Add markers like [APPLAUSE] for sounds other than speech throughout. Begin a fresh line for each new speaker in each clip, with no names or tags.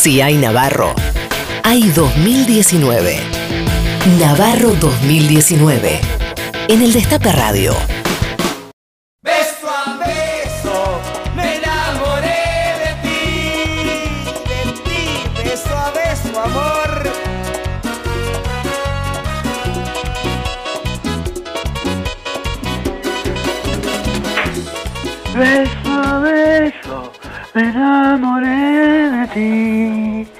CI Navarro. Hay 2019. Navarro 2019. En el Destape Radio.
Beso a beso me enamoré de ti, de ti, beso a beso amor.
Beso a beso, me enamoré de ti.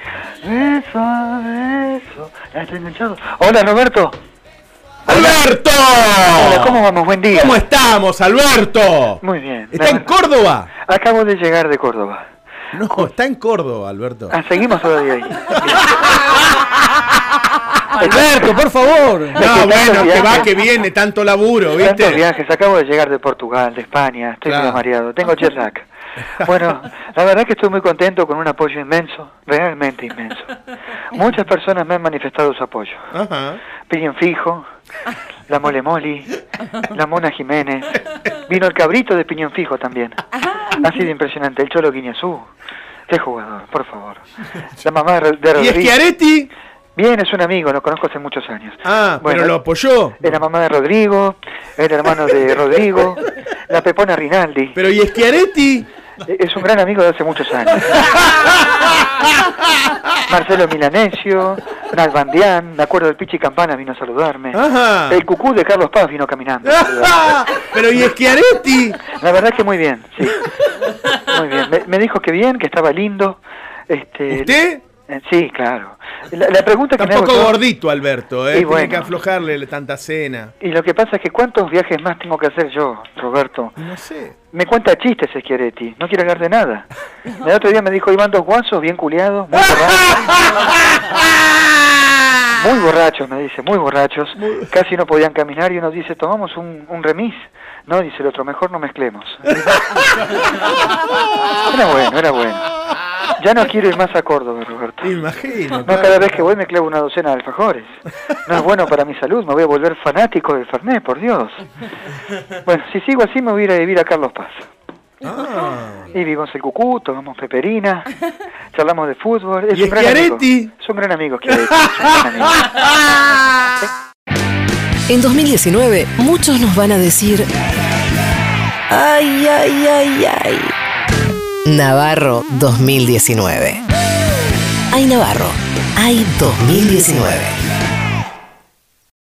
Beso a beso. Ya estoy enganchado. Hola Roberto.
¡Alberto!
Hola, ¿cómo vamos? Buen día.
¿Cómo estamos, Alberto?
Muy bien.
¿Está en
Navarro.
Córdoba?
Acabo de llegar de Córdoba.
No, está en Córdoba, Alberto.
Ah, seguimos todavía
[LAUGHS]
ahí.
Alberto, por favor.
No, Ah, bueno, que va,
viajes.
que viene, tanto laburo,
Tantos
¿viste?
viajes, acabo de llegar de Portugal, de España, estoy
Claro.
medio mareado, tengo jet lag. Bueno, la verdad que estoy muy contento con un apoyo inmenso, realmente inmenso. Muchas personas me han manifestado su apoyo.
Ajá.
Pillín Fijo, la Mole Moli, la Mona Jiménez, vino el cabrito de Piñón Fijo también. Ha sido impresionante, el Cholo Guiñazú. Qué jugador, por favor. La mamá de
¿Y
Rodrigo.
Schiaretti?
Bien, es un amigo, lo conozco hace muchos años.
Ah,
Bueno,
pero lo apoyó.
Es la mamá de Rodrigo, el hermano de Rodrigo, la Pepona Rinaldi.
Pero ¿y Schiaretti? [LAUGHS]
Eh, Es un gran amigo de hace muchos años. Marcelo Milanesio, Nalbandián, me acuerdo del Pichi Campana vino a saludarme.
Ajá.
El cucú de Carlos Paz vino caminando. a saludarme.
Ajá. ¿Pero y Schiaretti?
La verdad que muy bien, sí. Muy bien. Me, me dijo que bien, que estaba lindo. Este,
¿Usted?
eh, Sí, claro. La, la pregunta que me hago
Tampoco
yo-
gordito, Alberto, ¿eh?
Y
Tiene que
bueno.
aflojarle tanta cena.
Y lo que pasa es que cuántos viajes más tengo que hacer yo, Roberto.
No
[LAUGHS]
sé.
Me cuenta chistes Schiaretti, no quiere hablar de nada. El otro día me dijo, iban dos guasos bien culiados,
[LAUGHS]
muy borrachos. Muy borrachos, me dice, muy borrachos. Casi no podían caminar y uno dice, tomamos un, un remis. No, dice el otro, mejor no
[LAUGHS]
mezclemos. Era bueno, era bueno. Ya no quiero ir más a Córdoba, Roberto.
Imagino.
No, cada vez que voy me clavo una docena de alfajores. No es bueno para mi salud, me voy a volver fanático del Fernet, por Dios. Bueno, si sigo así me voy a ir a vivir a Carlos Paz.
Ah.
Y vivimos el cucú, tomamos peperina, charlamos de fútbol. Es
¿Y
un gran amigo.
Schiaretti?
Es un gran amigo, Schiaretti, es un gran amigo.
Ah.
En 2019, muchos nos van a decir. Ay, ay, ay, ay. Navarro 2019. Ay, Navarro. Ay, 2019.